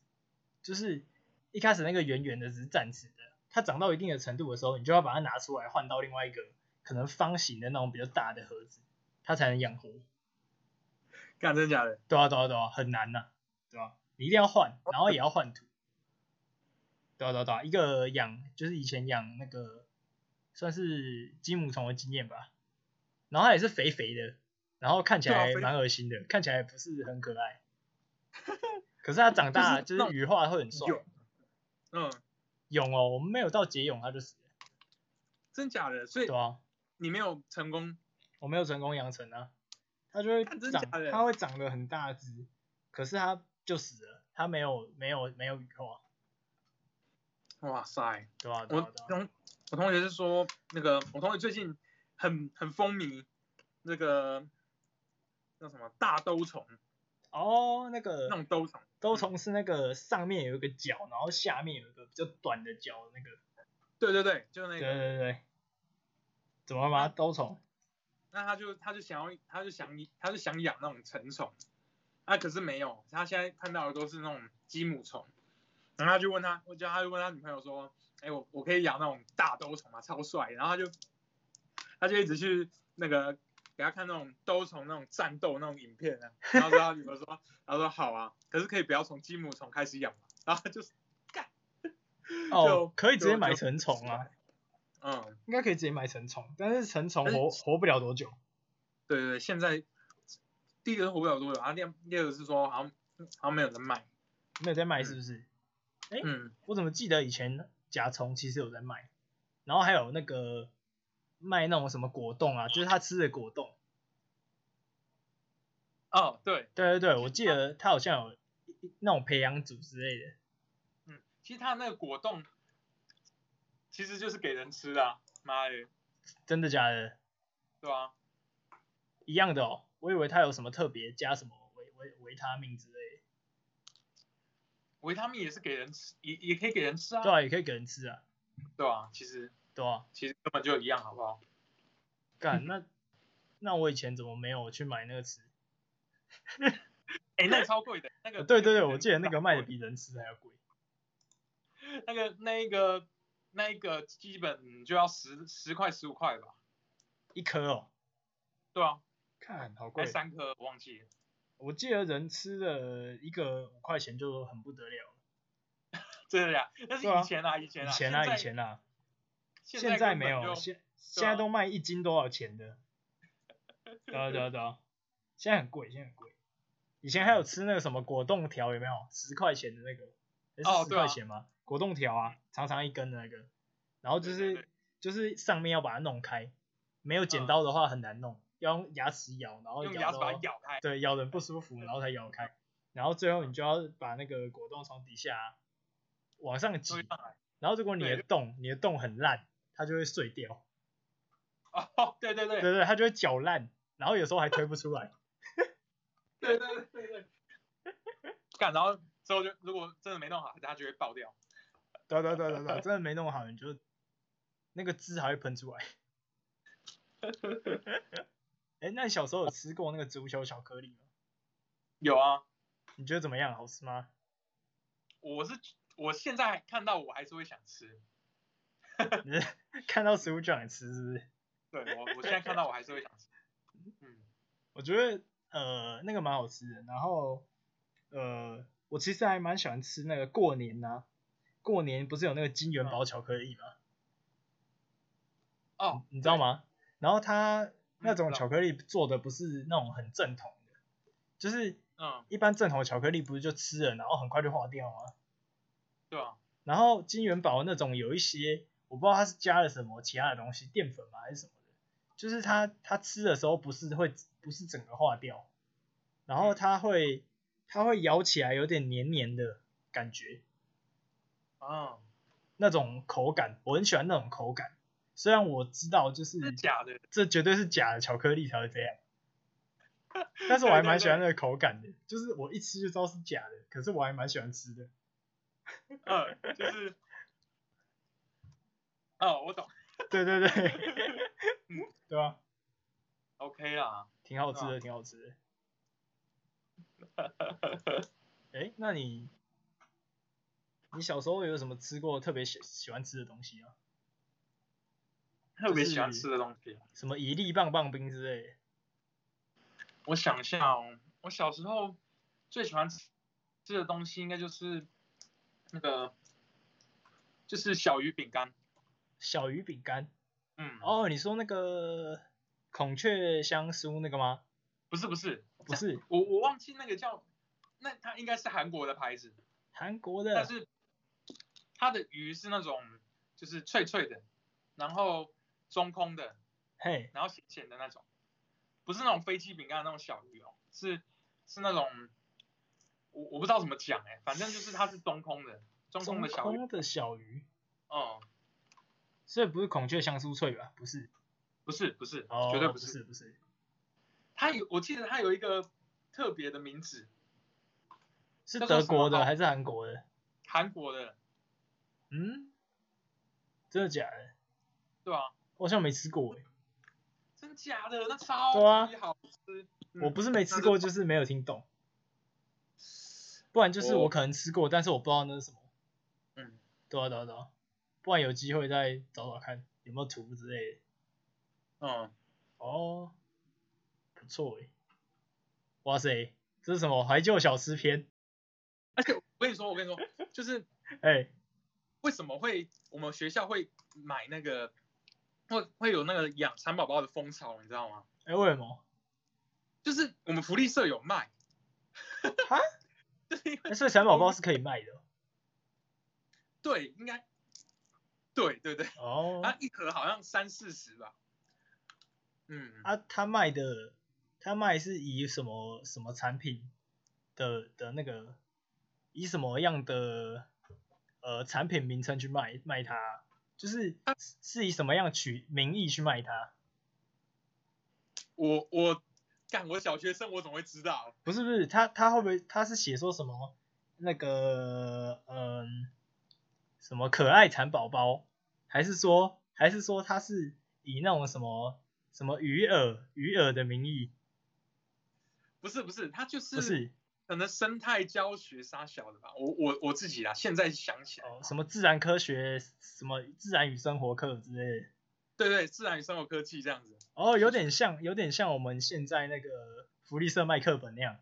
就是一开始那个圆圆的只是暂时的，它长到一定的程度的时候，你就要把它拿出来换到另外一个可能方形的那种比较大的盒子，它才能养活。
干真假的？
对啊，对啊，对啊，很难呐、对吧、你一定要换，然后也要换土。对啊，对啊，对啊，一个养就是以前养那个算是金母虫的经验吧，然后它也是肥肥的，然后看起
对啊
来
肥
蛮恶心的，看起来不是很可爱。可是它长大
就是
就
那
是
种
羽化会很帅。
有，嗯，
蛹哦，我们没有到结蛹它就死了。
真假的？所以
对啊，
你没有成功，
我没有成功养成啊，它就会
看真
长，
假的
它会长得很大只，可是它就死了，它没有没有没有羽化，
哇塞！
啊对吧、对
我
吧、对吧、
同我同学是说，那个我同学最近很很风靡那个叫什么大兜虫，
哦，那个
那种兜虫，
兜虫是那个上面有一个角，然后下面有一个比较短的角，那个。
对对对，就那
对
个，啊
对对。怎么了吗？兜虫？
那他就他就想要，他就想他就想养那种成虫，啊，可是没有，他现在看到的都是那种鸡母虫，然后他就问他，我就他就问他女朋友说，哎、我我可以养那种大兜虫吗？超帅，然后他就他就一直去那个给他看那种兜虫那种战斗那种影片啊，然后说他女朋友说，他说好啊，可是可以不要从鸡母虫开始养嘛，然后他就是干，就
哦，可以直接
就
买
就
成虫啊，
嗯，
应该可以直接买成虫，但是成虫
但是
活活不了多久。
对对对，现在第一个是活不了多久，然后第二第二个是说好像好像没有人卖，
没有在卖是不是？诶
嗯。
我怎么记得以前甲虫其实有在卖，然后还有那个卖那种什么果冻啊，就是他吃的果冻。
哦，对，
对对对，我记
啊
得他好像有一一那种培养组之类的。
嗯，其实它那个果冻其实就是给人吃的、啊，妈的，
真的假的？
对吧、啊？
一样的哦，我以为它有什么特别加什么维维维他命之类的，
维他命也是给人吃，也也可以给人吃啊，
对啊，也可以给人吃啊，
对吧、啊？其实
对啊，
其实根本就一样，好不好？
干那那我以前怎么没有去买那个吃？
哎，那个超贵的，那个
呃对对对，我记得那个卖的比人吃还要贵，
那个那一个那一个基本就要十十块十五块吧，
一颗哦，
对啊，
看好
还
贵
是。三颗我忘记了，
我记得人吃的一个五块钱就很不得了了，
真的呀？但是
对啊
以前啊，以前
以
啊，
前
现
啊
在
以前啊，
现
现在
根
没
本
有，
就
啊现现在都卖一斤多少钱的？ 对啊对啊对啊，现在很贵，现在很贵。以前还有吃那个什么果冻条，有没有？十块钱的那个，
哦
十
对啊
块钱吗？果冻条啊，长长一根的那个，然后就
对
是
对
就是上面要把它弄开，没有剪
嗯
刀的话很难弄，要用牙齿咬，然后
用牙齿把它
到
咬嗯开，
对，咬得不舒服，然后才咬开，然后最后你就要把那个果冻从底下啊往上挤
所以，上来。
然后如果你
啊对
的洞你的洞很烂，它就会碎掉，
哦，对对对
对对，它就会搅烂，然后有时候还推不出来，
对对对对 对。干，然后之后就如果真的没弄好，它就会爆掉。
对啊对对对对，真的没弄好你就那个汁还会喷出来。哎，那你小时候有吃过那个足球巧克力吗？
有啊，
你觉得怎么样？好吃吗？
我是我现在看到我还是会想吃，
你是看到食物就想吃是不是？
对我我现在看到我还是会想吃。嗯，
我觉得呃那个蛮好吃的，然后呃我其实还蛮喜欢吃那个过年呐、过年不是有那个金元宝巧克力吗？
哦，
你知道吗？然后它那
嗯
种
知道
巧克力做的不是那种很正统的，就是
对？嗯，
一般正统的巧克力不是就吃了然后很快就化掉吗？
对啊，
然后金元宝那种有一些我不知道它是加了什么其他的东西，淀粉吗还是什么的，就是它它吃的时候不是会不是整个化掉，然后它会它会咬起来有点黏黏的感觉，
嗯，
那种口感我很喜欢那种口感，虽然我知道就是
真的假的？
这绝对是假的巧克力才会这 样。但是我还蛮喜欢那个口感的，就是我一吃就知道是假的，可是我还蛮喜欢吃的。
嗯，就是，哦，我懂。
对对对，
嗯
对吧、
OK 啦，
挺好吃
对啊
的，挺好吃的。哎，那你你小时候有什么吃过特别喜喜欢吃的东西啊？
特别喜欢吃的东西。啊
什么一粒棒棒冰之类的？
我想一下哦，我小时候最喜欢吃吃的东西应该就是那个，就是小鱼饼干。
小鱼饼干。
嗯，，
哦，你说那个孔雀香酥那个吗？
不是不是，
不是，
我我忘记那个叫，那它应该是韩国的牌子，
韩国
但
的。
是它的鱼是那种就是脆脆的，然后中空的，
嘿，
然后咸咸的那种，不是那种飞机饼干的那种小鱼哦，是是那种我我不知道怎么讲哎、反正就是它是中空的，中空
中
的小鱼，
空的小鱼，
嗯，
所以不是孔雀香酥脆吧？不是，
不是不是，
哦，
绝对
不
不是。
不是。
它有我记得它有一个特别的名字，
是
叫做
德
什么
国的
哦
还是韩国的？
韩国的，
嗯，真的假的？
对吧、
我好像没吃过哎、
真假的？那超
对啊
级好吃。嗯
我不是没吃
那
过，
就
就是没有听懂。不然就是
我
我可能吃过，但是我不知道那是什么。
嗯，
对啊对啊对啊，不然有机会再找找看有没有图之类的。
嗯，
哦，不错哎、哇塞，这是什么怀旧小吃篇？
而且我跟你说，我跟你说，就是
哎、
为什么会我们学校会买那个，会会有那个养蚕宝宝的风潮，你知道吗？
哎、为什么？
就是我们福利社有卖，
哈？
就是因为
哎、所以蚕宝宝是可以卖的哦。
对，应该，对对对，
哦，
它一盒好像三四十吧，嗯，
啊，他卖的他卖是以什么什么产品的的那个以什么样的呃产品名称去卖卖它啊？就是是是以什么样取名义去卖它？
我我干我小学生我怎么会知道？
不是不是，他他会不会他是写说什么那个嗯什么可爱蚕宝宝，还是说还是说他是以那种什么什么鱼饵鱼饵的名义？
不是不是，它就是
不是
可能生态教学杀小的吧，我我我自己啦，现在想起来，
哦，什么自然科学什么自然与生活课之类的。
对对，自然与生活科技这样子，
哦，有点像，有点像我们现在那个福利社卖课本那样。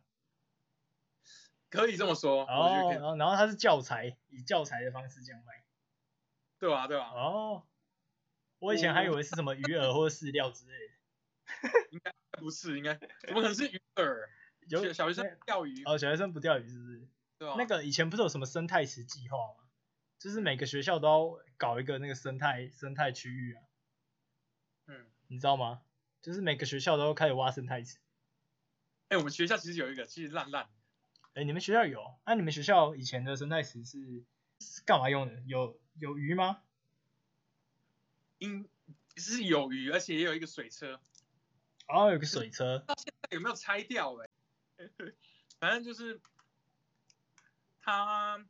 可以这么说，我觉
哦，
得可
然
以，
后然后它是教材，以教材的方式这样卖。
对啊吧、对吧、
哦，我以前还以为是什么鱼饵或者饲料之类的。
不是，应该怎么可能是鱼饵？
有
小小学生
那
钓鱼，
哦，小学生不钓鱼是不是？
对吧、
那个以前不是有什么生态池计划吗？就是每个学校都要搞一个那个生态生态区域啊，
嗯，
你知道吗？就是每个学校都开始挖生态池。
哎、我们学校其实有一个，其实烂烂的，
哎，你们学校有？那、你们学校以前的生态池是是干嘛用的？有有鱼吗？
应是有鱼，而且也有一个水车，
然哦后有个水车，
但有没有拆掉、欸？ 反正就是他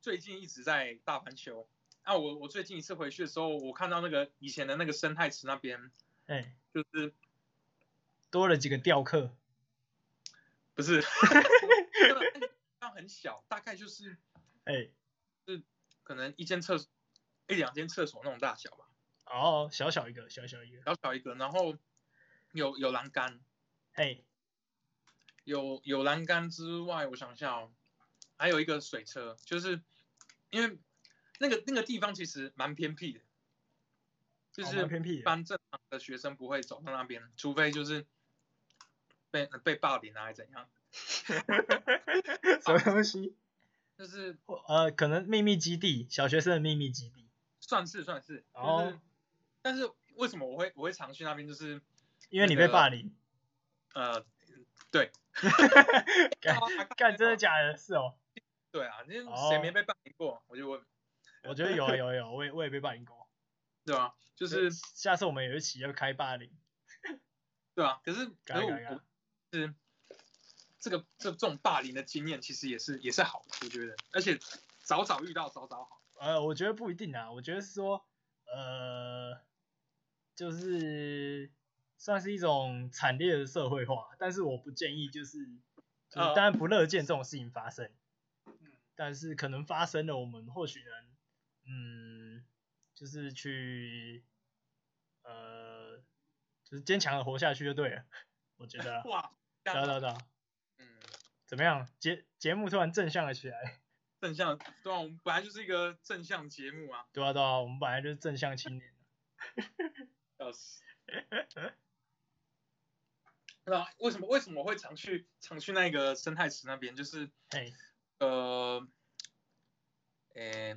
最近一直在大翻修。啊，我我最近一次回去的时候，我看到那个以前的那个生态池那边，
哎、
就是
多了几个钓客，
不是， 那个那个地方很小，大概就是
哎、
可能一间厕所一两间厕所那种大小吧，
哦，小小一个，小小一个，
小小一个，然后有有栏杆，
哎、
有有栏杆之外，我想一下哦，还有一个水车，就是因为那个那个地方其实蛮偏僻的，就
哦
是
蛮偏僻
一
的
般正常的学生不会走到那边，除非就是被被霸凌啊，还是怎样，
什么东西？
就是
呃，可能秘密基地，小学生的秘密基地，
算是算是，就是
哦
但是为什么我会我会常去那边？就是
因为你
那
被
个
霸凌，
呃，对，
干干真的假的？是哦，
对啊，那
哦
谁没被霸凌过？我就问，
我觉得有啊有啊有啊，我也我也被霸凌过，
对吧、就是
下次我们有一期要开霸凌，
对啊，可是可
嘎
是我
嘎嘎
我是这个这这种霸凌的经验，其实也是也是好的，我觉得，而且早早遇到早早好，
呃，我觉得不一定啊，我觉得是说，呃，就是算是一种惨烈的社会化，但是我不建议就是，就是
呃，
当然不乐见这种事情发生，但是可能发生了，我们或许能，嗯，就是去，呃，就是坚强的活下去就对了，我觉得啊
哇，这
对
样子
啊对啊对啊，
嗯，
怎么样？节节目突然正向了起来，
正向，对啊，我们本来就是一个正向节目啊，
对啊对啊，我们本来就是正向青年，啊
要死。 那为什么为什么会常去常去那个生态池那边？就是
嘿，
呃，诶、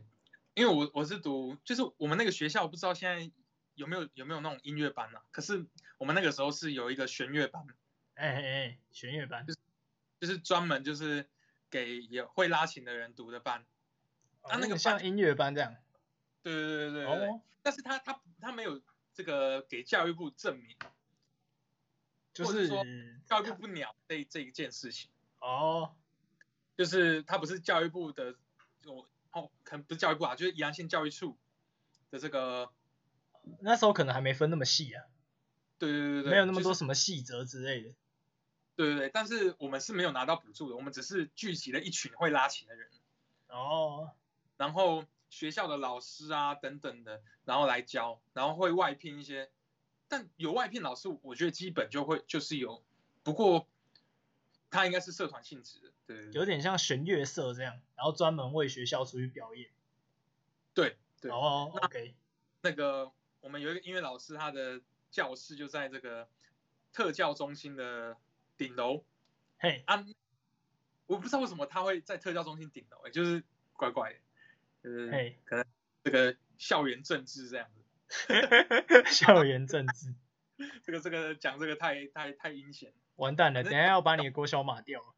因为我我是读，就是我们那个学校不知道现在有没有有没有那种音乐班啊？可是我们那个时候是有一个弦乐班，
哎哎哎，弦乐班，
就是专门就是给也会拉琴的人读的班。
哦
那个
像音乐班这样，
对对对对对对。
哦，
但是他他他没有这个给教育部证明，
就
或者
是
说教育部不鸟这这一件事情。
哦，
就是他不是教育部的，我哦，可能不是教育部啊，就是宜兰县教育处的这个，
那时候可能还没分那么细啊，
对对对对，
没有那么多
就是
什么细则之类的。
对对对，但是我们是没有拿到补助的，我们只是聚集了一群会拉琴的人，
哦，
然后学校的老师啊等等的，然后来教，然后会外聘一些，但有外聘老师，我觉得基本就会就是有，不过他应该是社团性质的，对对对
有点像弦乐社这样，然后专门为学校出去表演。
对对，
哦，OK，
那个我们有一个音乐老师，他的教室就在这个特教中心的顶楼
嘿，
啊。我不知道为什么他会在特教中心顶楼，欸就是怪怪的，就是
嘿，
这个校园政治这样子。
校园政治，
这个这个讲这个太太太阴险，
完蛋了，等一下要把你的国小码掉。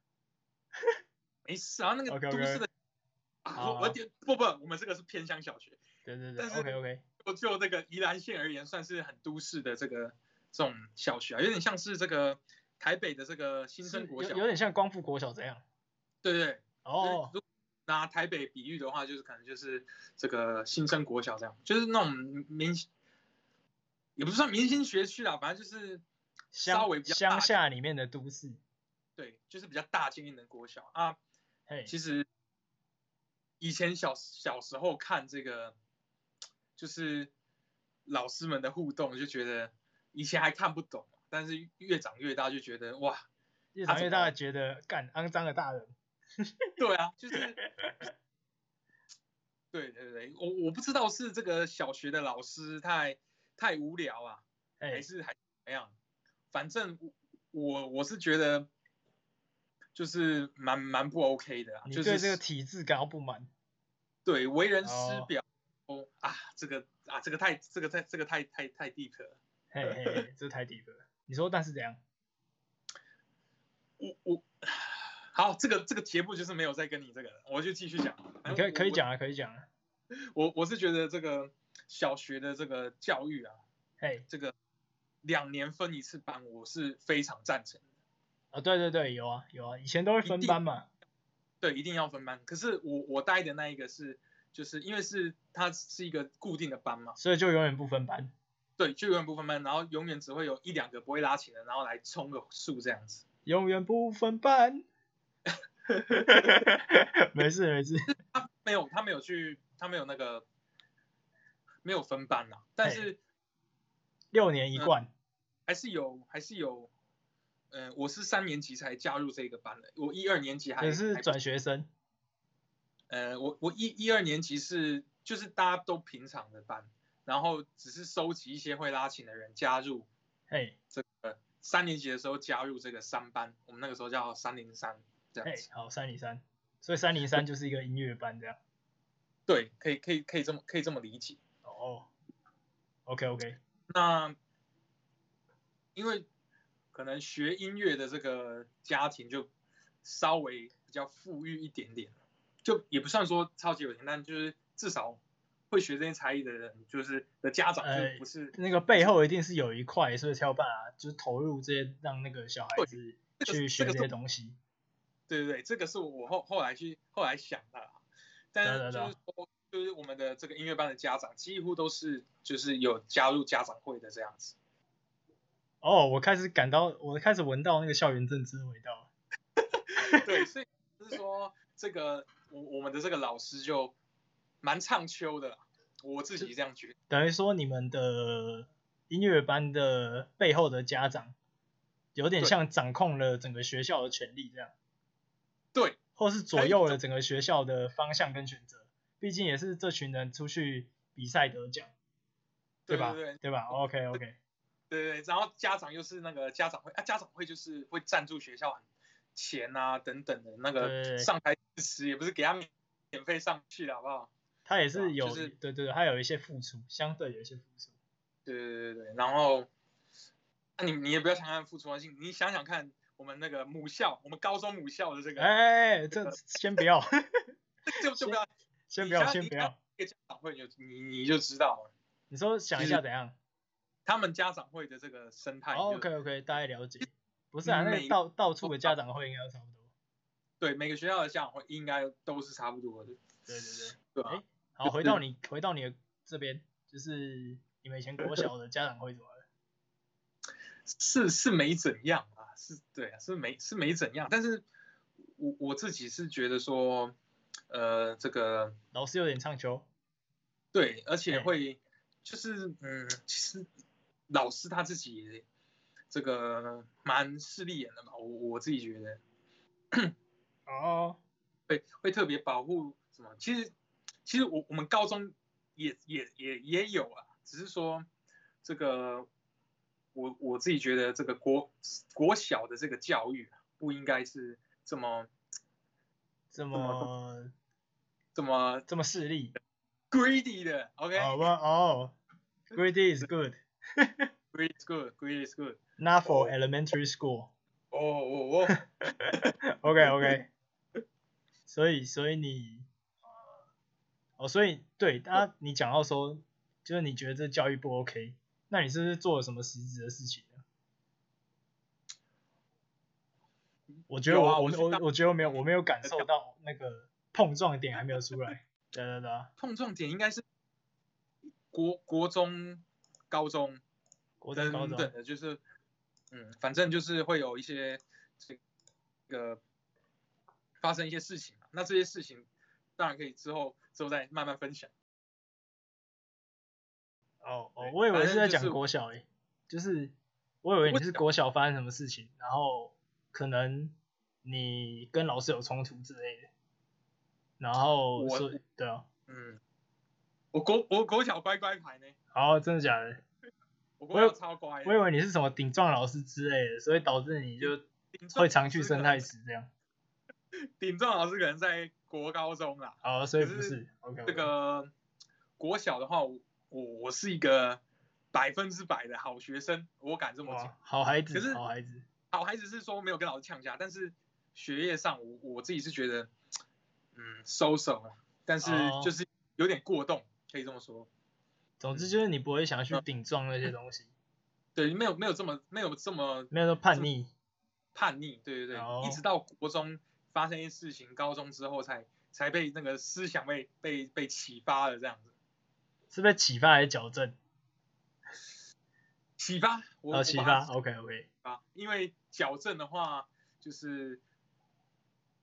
没事啊。那个
OK，OK
都市的啊，
好
我我点不不，我们这个是偏乡小学，
对对对
但是
，OK OK，
就就这个宜兰县而言，算是很都市的这个这种小学啊，有点像是这个台北的这个新生国
有
小，
有点像光复国小这样。
对对。就是如
哦，
果拿台北比喻的话，就是可能就是这个新生国小这样，就是那种明，也不是算明星学区啦，反正就是稍
乡
微比较大
乡下里面的都市，
对，就是比较大经验的国小啊。
嘿，
其实以前小小时候看这个，就是老师们的互动，就觉得以前还看不懂，但是越长越大就觉得哇，
越
他
长
怎
越
么
大觉得干肮脏的大人。
对啊， 就是，对对对，我我不知道是这个小学的老师太太无聊啊，还
嘿，
是还是怎么样，反正我我我是觉得就是蛮蛮不 OK 的、啊，
你
就
对这个
是
体制感到不满？
对为人师
哦
表哦啊，这个啊这个太这个太这个太太太 deep 了。
嘿嘿嘿，这太低了。你说但是怎样？
我我好，这个这个节目就是没有再跟你这个了，我就继续讲。哎
你可以可以
我
讲啊，可以讲啊。
我我是觉得这个小学的这个教育啊，
嘿，
这个两年分一次班，我是非常赞成的。
啊，对对对，有啊有啊，以前都会分班嘛。
对，一定要分班。可是我我带的那一个是，就是因为是它是一个固定的班嘛，
所以就永远不分班。
对，就永远不分班，然后永远只会有一两个不会拉琴的，然后来冲个数这样子。
永远不分班。 没事没事，
他没有，他没有去，他没有那个没有分班啦，但是
六年
嗯
一贯，
还是有还是有。呃，我是三年级才加入这个班的，我一二年级还
也是
还不
转学生。
呃，我我一一二年级是就是大家都平常的班，然后只是收集一些会拉琴的人加入
嘿，
这个三年级的时候加入这个三班，我们那个时候叫三零三这
嘿
样子。，
好三零三，所以三零三就是一个音乐班这样。
对，可以可以可以这么可以这么理解。
哦，OK OK，
那因为可能学音乐的这个家庭就稍微比较富裕一点点，就也不算说超级有钱，但就是至少会学这些才艺的人，就是的家长
哎
就不是。
那个背后一定是有一块，所以才有办法就是投入这些，让那个小孩子
这个
去学
这个
这些
是
东西。
对对对，这个是我后后来去后来想的啦，但
对
是
对
就是说，就是我们的这个音乐班的家长几乎都是就是有加入家长会的这样子，
哦，我开始感到，我开始闻到那个校园政治的味道。
对，所以就是说这个我我们的这个老师就蛮唱秋的啦，我自己这样觉得。
等于说你们的音乐班的背后的家长，有点
对
像掌控了整个学校的权力这样，
对，
或是
哎
左右了整个学校的方向跟选择。毕竟也是这群人出去比赛得奖，
对
吧？
对对
吧？OK OK，
对对，然后家长又是那个家长会啊，家长会就是会赞助学校很钱啊等等的那
对对
个
对
上台支持，也不是给他们免费上去的好不好？
他也是
对啊
有，
就是
对对对，他有一些付出，相对有一些付出。
对对对对，然后那、你你也不要想看付出关心，你想想看我们那个母校，我们高中母校的这个，
哎、这先不要，
就就不要呃
先
你
不要，
想
先
你
不
想
要。
这个家长会你就你你就知道了，
你说想一
其
下
实
怎样、
他们家长会的这个生态就、
o k 哦 OK，大概了解。不是啊，那
每哦
个
个
到到处的家长会应该都差不多。
对每个学校的家长会应该都是差不多的，
对对对。
对吧、啊
哎好，回到你回到你的这边，就是你们以前国小的家长会怎么了？
是是没怎样啊，是对啊，是没是没怎样，但是我我自己是觉得说，呃，这个
老师有点 唱秋，
对，而且
哎
会就是嗯，其实老师他自己也这个蛮势利眼的吧，我我自己觉得
哦，
会会特别保护什么，其实其实我我们高中也也也也有啊，只是说这个我我自己觉得这个国国小的这个教育啊不应该是这么。
这么
这么
这么势利，
greedy 的，OK？
好吧？ 哦，Grade is good，not
greedy is good，greedy is good。
for elementary school。
哦哦哦，
OK OK，所以所以你，哦，所以对，大家你讲到说，就是你觉得这教育不 OK，那你是不是做了什么实质的事情呢？我觉得
有
我、
啊
我
我去
我
当
我觉得我没有我没有感受到那个碰撞点还没有出来，对对对啊，
碰撞点应该是国国中、高中
国中啊
等
高
等
中，
的，就是嗯，反正就是会有一些这个发生一些事情嘛。那这些事情当然可以之后之后再慢慢分享。
哦哦
对，
我以为
反
是
正
在
就是
讲国小诶、就是我以为你
我
是
想
国小发生什么事情，然后可能你跟老师有冲突之类的，然后
我
说对啊，
嗯，我国我国小乖乖牌呢，
哦，真的假的？
我国
我有
小超乖的
我以，为你是什么顶撞老师之类的，所以导致你就
顶撞
会常去
老师可能
生态，池这样。
顶撞老师可能在国高中啦。
哦，所以
可
不
是
是，OK，
这个国小的话，我我我是一个百分之百的好学生，我敢这么讲
哇。，好孩
可
子，
是
好孩子，
好孩子是说没有跟老师呛架，但是学业上我我自己是觉得，嗯收手，但是
哦
就是有点过动，可以这么说。
总之就是你不会
嗯
想去顶撞那些东西，
对，没有没有这么没有这么
没有说叛逆，
叛逆，对对
哦
对，一直到国中发生一些事情，高中之后才才被那个思想被被被启发了这样子。
是被启发还是矫正？
启发，我、
哦，
我
启
把它
发，OK OK，
啊，因为矫正的话就是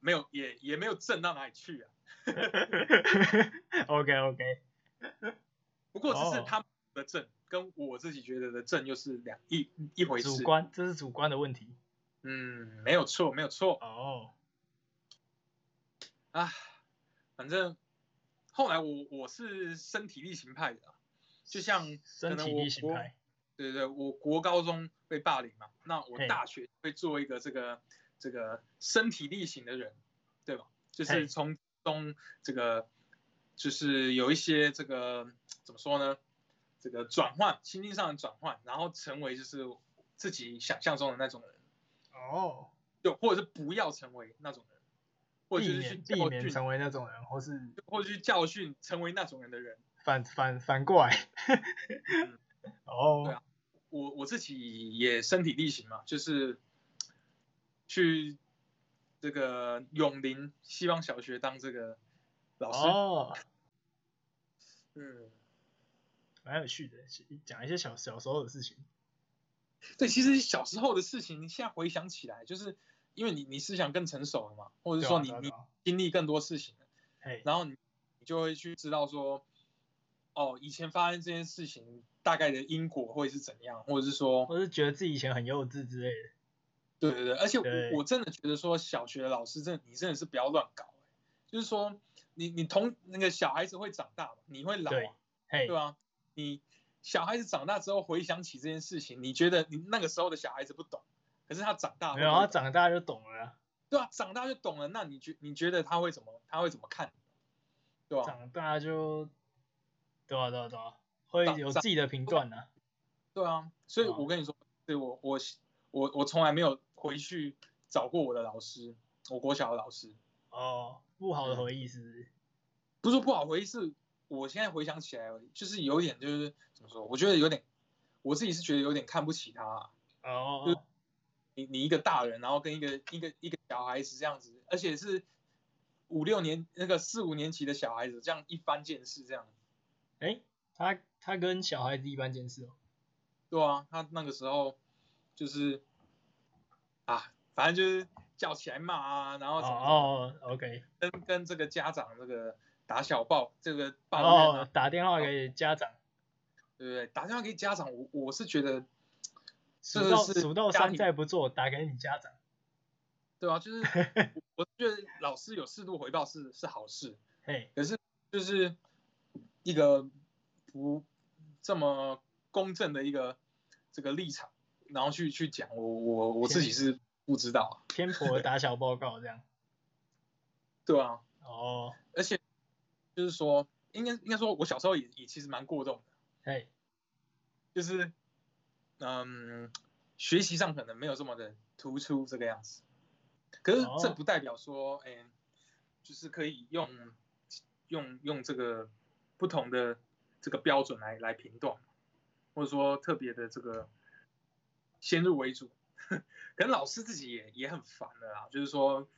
没有也也没有正到哪里去啊。
OK OK，
不过只
哦
是他们的正、跟我自己觉得的正又是两一一回
主
事。
观，这是主观的问题。
嗯，没有错，没有错
哦，
啊。反正后来我我是身体力行派的啊，就像
身体力行派，
对对对，我国高中被霸凌嘛，那我
嘿
大学会做一个这个这个身体力行的人，对吧？就
嘿
是从中这个就是有一些这个怎么说呢？这个转换心境上的转换，然后成为就是自己想象中的那种人，
哦，
就或者是不要成为那种人，或者
避
就是去
免避
教
免
训，
成为那种人，或是
或者去教训成为那种人的人。
反反反过来。
对
哦
啊，我我自己也身体力行嘛，就是去这个永林希望小学当这个老师。
哦，
嗯，
蛮有趣的，讲一些小小时候的事情。
对，其实小时候的事情，你现在回想起来，就是因为你你思想更成熟了嘛，或者
对
是
啊
说你、
对啊
你
对啊
经历更多事情了，
嘿，
然后你你就会去知道说，哦，以前发生这件事情大概的因果会是怎样，或者是说，
我是觉得自己以前很幼稚之类的。
对对对，而且
对
我我真的觉得说小学的老师真的你真的是不要乱搞、欸就是说你你同那个小孩子会长大嘛，你会老、啊
对，嘿
对，啊，你小孩子长大之后回想起这件事情，你觉得你那个时候的小孩子不懂，可是他长大
没有，他
后
长大就懂了啊，
对啊，长大就懂了。那你觉你觉得他会怎么他会怎么看你，对啊吧、
长大就，对啊对啊对啊，会
长
有
长
自己的评断呢。
对啊，所以
对啊
我跟你说，对我我我我从来没有回去找过我的老师，我国小的老师，
哦，不好的
嗯
回忆是不是？
不是说不好回忆，是我现在回想起来，就是有点就是怎么说，我觉得有点，我自己是觉得有点看不起他啊、
哦，
你你一个大人，然后跟一个一个一个小孩子这样子，而且是五六年那个四五年级的小孩子，这样一番见识这样，
哎，他他跟小孩子一般见识哦。
对啊，他那个时候就是啊，反正就是叫起来骂啊，然后
哦
怎么
哦，OK，
跟、跟这个家长这个打小报，这个抱怨啊，
哦，打电话给家长，
对不对？打电话给家长，我我是觉得这
数到
个是
数到
家
三
庭
再不做，打给你家长。
对啊，就是我我觉得老师有适度回报是是好事，
嘿，
就是一个不这么公正的一个这个立场，然后去去讲，我我我自己是不知道啊，
偏颇的打小报告这样。
对啊，
哦，
而且就是说，应该应该说，我小时候也也其实蛮过动的，
嘿，
就是嗯，学习上可能没有这么的突出这个样子，可是这
哦
不代表说，哎、就是可以用用用这个不同的这个标准来来评断，或者说特别的这个先入为主，可能老师自己也也很烦的啦，就是说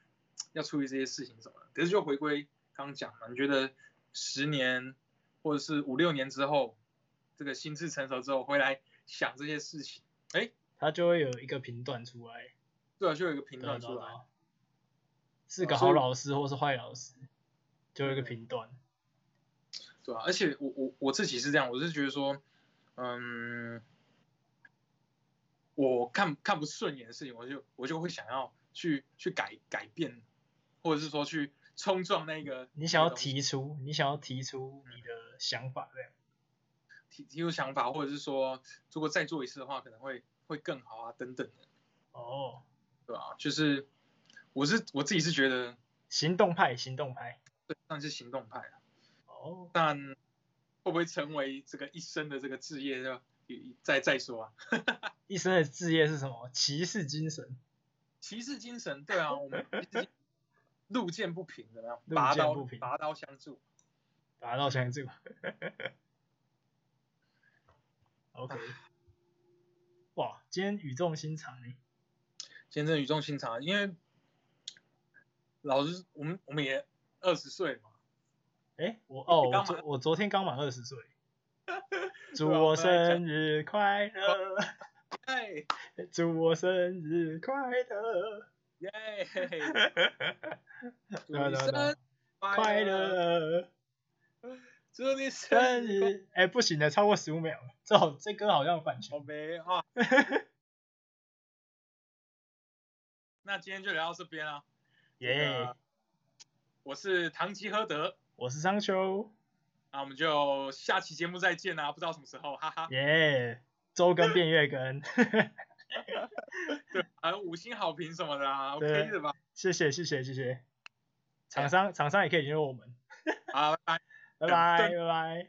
要处理这些事情什么的，可是就回归刚刚讲嘛，你觉得十年或者是五六年之后，这个心智成熟之后回来想这些事情，哎，
他就会有一个评断出来。
对啊，就有一个评
对啊
论
对
出
啊对
来，
啊是个
所以
好老师或是坏老师，就有一个评断。
对啊，而且我我我自己是这样，我是觉得说，嗯，我看看不顺眼的事情，我就我就会想要去去改改变，或者是说去冲撞那个
你想要
那个东西
提出，你想要提出你的想法这样。
提提出想法，或者是说如果再做一次的话，可能会会更好啊，等等的，
哦，
对吧、就是我是我自己是觉得
行动派，行动派。
对算是行动派啊，
哦，
但会不会成为这个一生的这个志业呢？也再再说啊，
一生的志业是什么？骑士精神，
骑士精神，对啊，我们骑士精神路见不平怎么样？
路
拔
见
刀
不平
拔刀相助，
达到 相助。OK，哇，今天语重心长欸呢。
先生语重心长，啊因为老师我们我们也二十岁嘛，
哎， 我
刚
哦，我
满
昨我昨天刚满二十 岁，祝
对啊
我
我本来想
生日快乐，
哎
祝我生日快乐。
耶， 祝
对
你
啊对啊对啊
生日
快，乐
祝你生
生
日快
日！哎、不行的，超过十五秒了。这好，这歌好像版
好
权。
呗啊。 那今天就聊到这边啦。
耶、
呃我是堂吉诃德，
我是商丘，
那我们就下期节目再见啊啦，不知道什么时候，哈哈。
耶、周更变月更，
对，还有五星好评什么的啊
对
，OK 的吧？
谢谢谢谢谢谢。厂商厂商也可以联络我们，
好，拜
拜拜
噔
拜拜。
拜。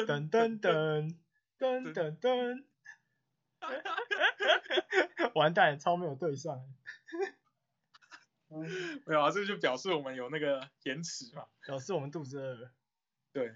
噔噔噔噔噔噔， 完蛋，超没有对上。嗯
没有啊，这就表示我们有那个延迟嘛。
表示我们肚子饿了。
对，